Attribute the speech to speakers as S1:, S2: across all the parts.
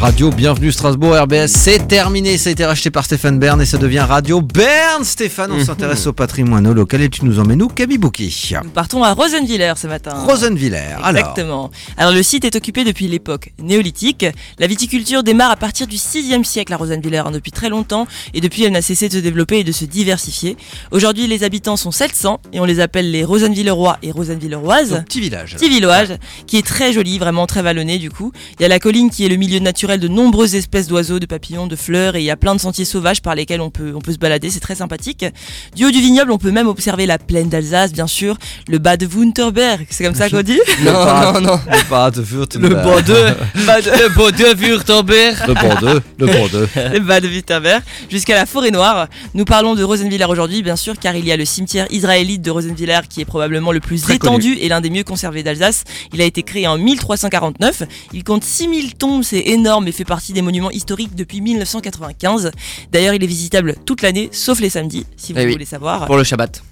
S1: Radio Bienvenue Strasbourg RBS, c'est terminé, ça a été racheté par Stéphane Bern et ça devient Radio Bern. Stéphane,
S2: Mmh.
S1: on s'intéresse au patrimoine au local et tu nous emmènes où Kabibouki
S2: Nous partons à Rosenwiller ce matin.
S1: Rosenvillers, alors.
S2: Exactement. Alors le site est occupé depuis l'époque néolithique. La viticulture démarre à partir du 6e siècle à Rosenwiller, hein, depuis très longtemps, et depuis elle n'a cessé de se développer et de se diversifier. Aujourd'hui les habitants sont 700 et on les appelle les Rosenvillerois et Rosenvilleroises.
S1: Au Petit village.
S2: Petit village qui est très joli, vraiment très vallonné du coup. Il y a la colline qui est le milieu naturel de nombreuses espèces d'oiseaux, de papillons, de fleurs et il y a plein de sentiers sauvages par lesquels on peut, on peut se balader, c'est très sympathique. Du haut du vignoble, on peut même observer la plaine d'Alsace bien sûr, le bas de Wunterberg, c'est comme ça qu'on dit
S1: Non, non, non. Le bas de Württemberg.
S2: de, bas de,
S3: Le beau Dieu Württemberg
S1: Le bas de, le bas de.
S2: le bas de Wunterberg, jusqu'à la forêt noire. Nous parlons de Rosenwiller aujourd'hui bien sûr car il y a le cimetière israélite de Rosenwiller qui est probablement le plus
S1: Très
S2: étendu et l'un des mieux conservés d'Alsace. Il a été créé en 1349, il compte 6000 tombes, c'est énorme et fait partie des monuments historiques depuis 1995. D'ailleurs, il est visitable toute l'année, sauf les samedis, si vous
S3: Eh oui.
S2: voulez savoir,
S3: Pour le Shabbat.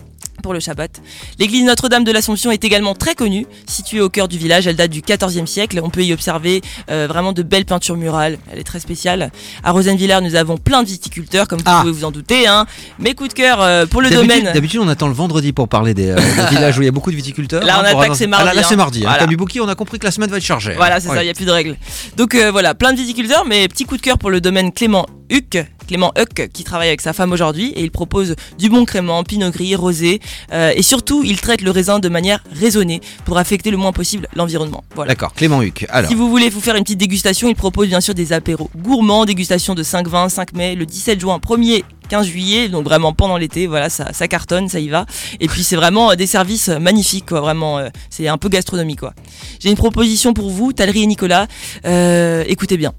S2: pour le Shabbat. L'église Notre-Dame de l'Assomption est également très connue, située au cœur du village, elle date du 14e siècle, on peut y observer euh, vraiment de belles peintures murales, elle est très spéciale. À Rosenwiller, nous avons plein de viticulteurs, comme vous
S1: Ah.
S2: pouvez vous en douter. Hein. Mes coups de cœur euh, pour le
S1: D'habitude-
S2: domaine...
S1: D'habitude, on attend le vendredi pour parler des, euh, des villages où il y a beaucoup de viticulteurs.
S2: Là, on
S1: pour
S2: attaque,
S1: annoncer-
S2: c'est mardi,
S1: Ah, là, là, c'est
S2: hein.
S1: mardi. hein.
S2: Voilà.
S1: Kabibouki, on a compris que la semaine va être chargée.
S2: Voilà, c'est ça, il n'y
S1: Ouais.
S2: a plus de règles. Donc euh, voilà, plein de viticulteurs, mais petit coup de cœur pour le domaine Clément Huck. Clément Huck qui travaille avec sa femme aujourd'hui et il propose du bon crément, pinot gris, rosé euh, et surtout il traite le raisin de manière raisonnée pour affecter le moins possible l'environnement. Voilà.
S1: D'accord, Clément Huck. Alors,
S2: Si vous voulez vous faire une petite dégustation, il propose bien sûr des apéros gourmands, dégustation de 5 20, 5 mai, le 17 juin, 1er, 15 juillet, donc vraiment pendant l'été, voilà, ça, ça cartonne, ça y va. Et puis c'est vraiment euh, des services euh, magnifiques, quoi, vraiment, euh, c'est un peu gastronomique, quoi. J'ai une proposition pour vous, Talry et Nicolas, euh, écoutez bien.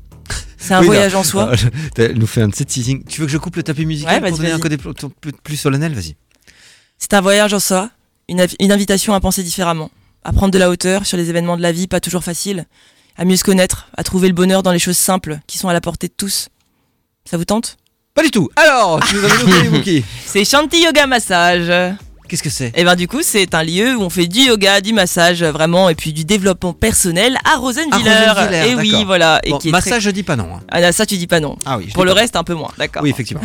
S2: C'est un
S1: Oui,
S2: voyage en soi.
S1: euh, elle nous fait un set teasing. Tu veux que je coupe le tapis musical
S2: Ouais,
S1: pour
S2: vas-y,
S1: donner un côté
S2: vas-y.
S1: plus, plus- plus solennel Vas-y.
S2: C'est un voyage en soi, une, av- une invitation à penser différemment, à prendre de la hauteur sur les événements de la vie, pas toujours facile, à mieux se connaître, à trouver le bonheur dans les choses simples qui sont à la portée de tous. Ça vous tente
S1: Pas du tout. Alors, Oh, tu nous avais noté, Wookie.
S2: C'est Shanti Yoga Massage.
S1: Qu'est-ce que c'est
S2: Et ben du coup, c'est un lieu où on fait du yoga, du massage, euh, vraiment, et puis du développement personnel à
S1: À
S2: Rosenwiller.
S1: Rosenwiller,
S2: Et oui,
S1: d'accord.
S2: voilà. Et
S1: Bon,
S2: qui est
S1: Massage, je dis pas non. hein.
S2: très- Ah, là, ça, tu dis pas non.
S1: Ah oui. je
S2: Pour
S1: dis
S2: le
S1: pas
S2: reste, un peu moins,
S1: non.
S2: d'accord.
S1: Oui, effectivement.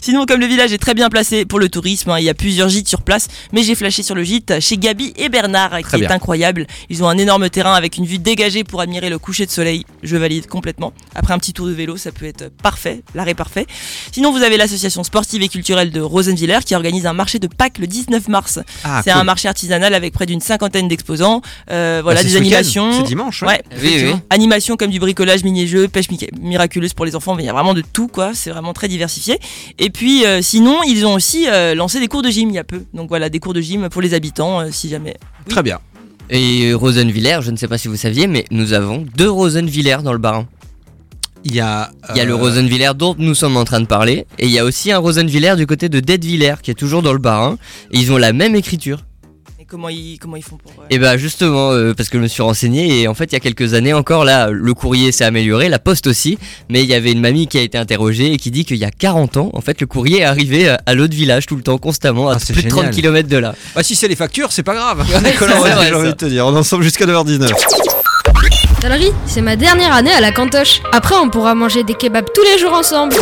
S2: Sinon, comme le village est très bien placé pour le tourisme, hein, il y a plusieurs gîtes sur place, mais j'ai flashé sur le gîte chez Gabi et Bernard, qui
S1: Très bien.
S2: est incroyable. Ils ont un énorme terrain avec une vue dégagée pour admirer le coucher de soleil. Je valide complètement. Après un petit tour de vélo, ça peut être parfait, l'arrêt parfait. Sinon, vous avez l'association sportive et culturelle de Rosenwiller qui organise un marché de Pâques le 19 mars.
S1: Ah,
S2: C'est
S1: cool.
S2: un marché artisanal avec près d'une cinquantaine d'exposants, euh,
S1: Bah,
S2: voilà,
S1: c'est
S2: des
S1: ce week-end,
S2: animations.
S1: C'est dimanche. hein.
S2: Ouais,
S3: Oui, oui.
S2: effectivement. Animations comme du bricolage, mini-jeux, pêche mi- miraculeuse pour les enfants, mais il y a vraiment de tout, quoi. C'est vraiment très diversifié. Et puis, euh, sinon, ils ont aussi euh, lancé des cours de gym il y a peu. Donc voilà, des cours de gym pour les habitants, euh, si jamais.
S1: Très bien.
S3: Et Rosenviller, je ne sais pas si vous saviez, mais nous avons deux Rosenviller dans le Barin.
S1: Il y a.
S3: Il y a le
S1: euh,
S3: Rosenviller dont nous sommes en train de parler, et il y a aussi un Rosenviller du côté de Deadviller qui est toujours dans le Barin, et ils ont la même écriture.
S2: Et comment ils, comment ils font pour. euh,
S3: Et bah justement, euh, parce que je me suis renseigné, et en fait il y a quelques années encore, là, le courrier s'est amélioré, la poste aussi, mais il y avait une mamie qui a été interrogée et qui dit qu'il y a 40 ans, en fait le courrier est arrivé euh, à- à l'autre village tout le temps, constamment, à
S1: Ah, c'est
S3: plus de 30
S1: génial.
S3: km de là.
S1: Bah, si c'est les factures, c'est pas grave.
S3: c'est
S1: Nicolas,
S3: vrai,
S1: j'ai envie
S3: ça.
S1: de te dire. On est ensemble jusqu'à 9h19.
S4: Valérie, c'est ma dernière année à la cantoche. Après, on pourra manger des kebabs tous les jours ensemble.